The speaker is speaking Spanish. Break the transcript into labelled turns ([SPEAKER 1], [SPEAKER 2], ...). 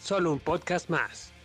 [SPEAKER 1] solo un podcast más.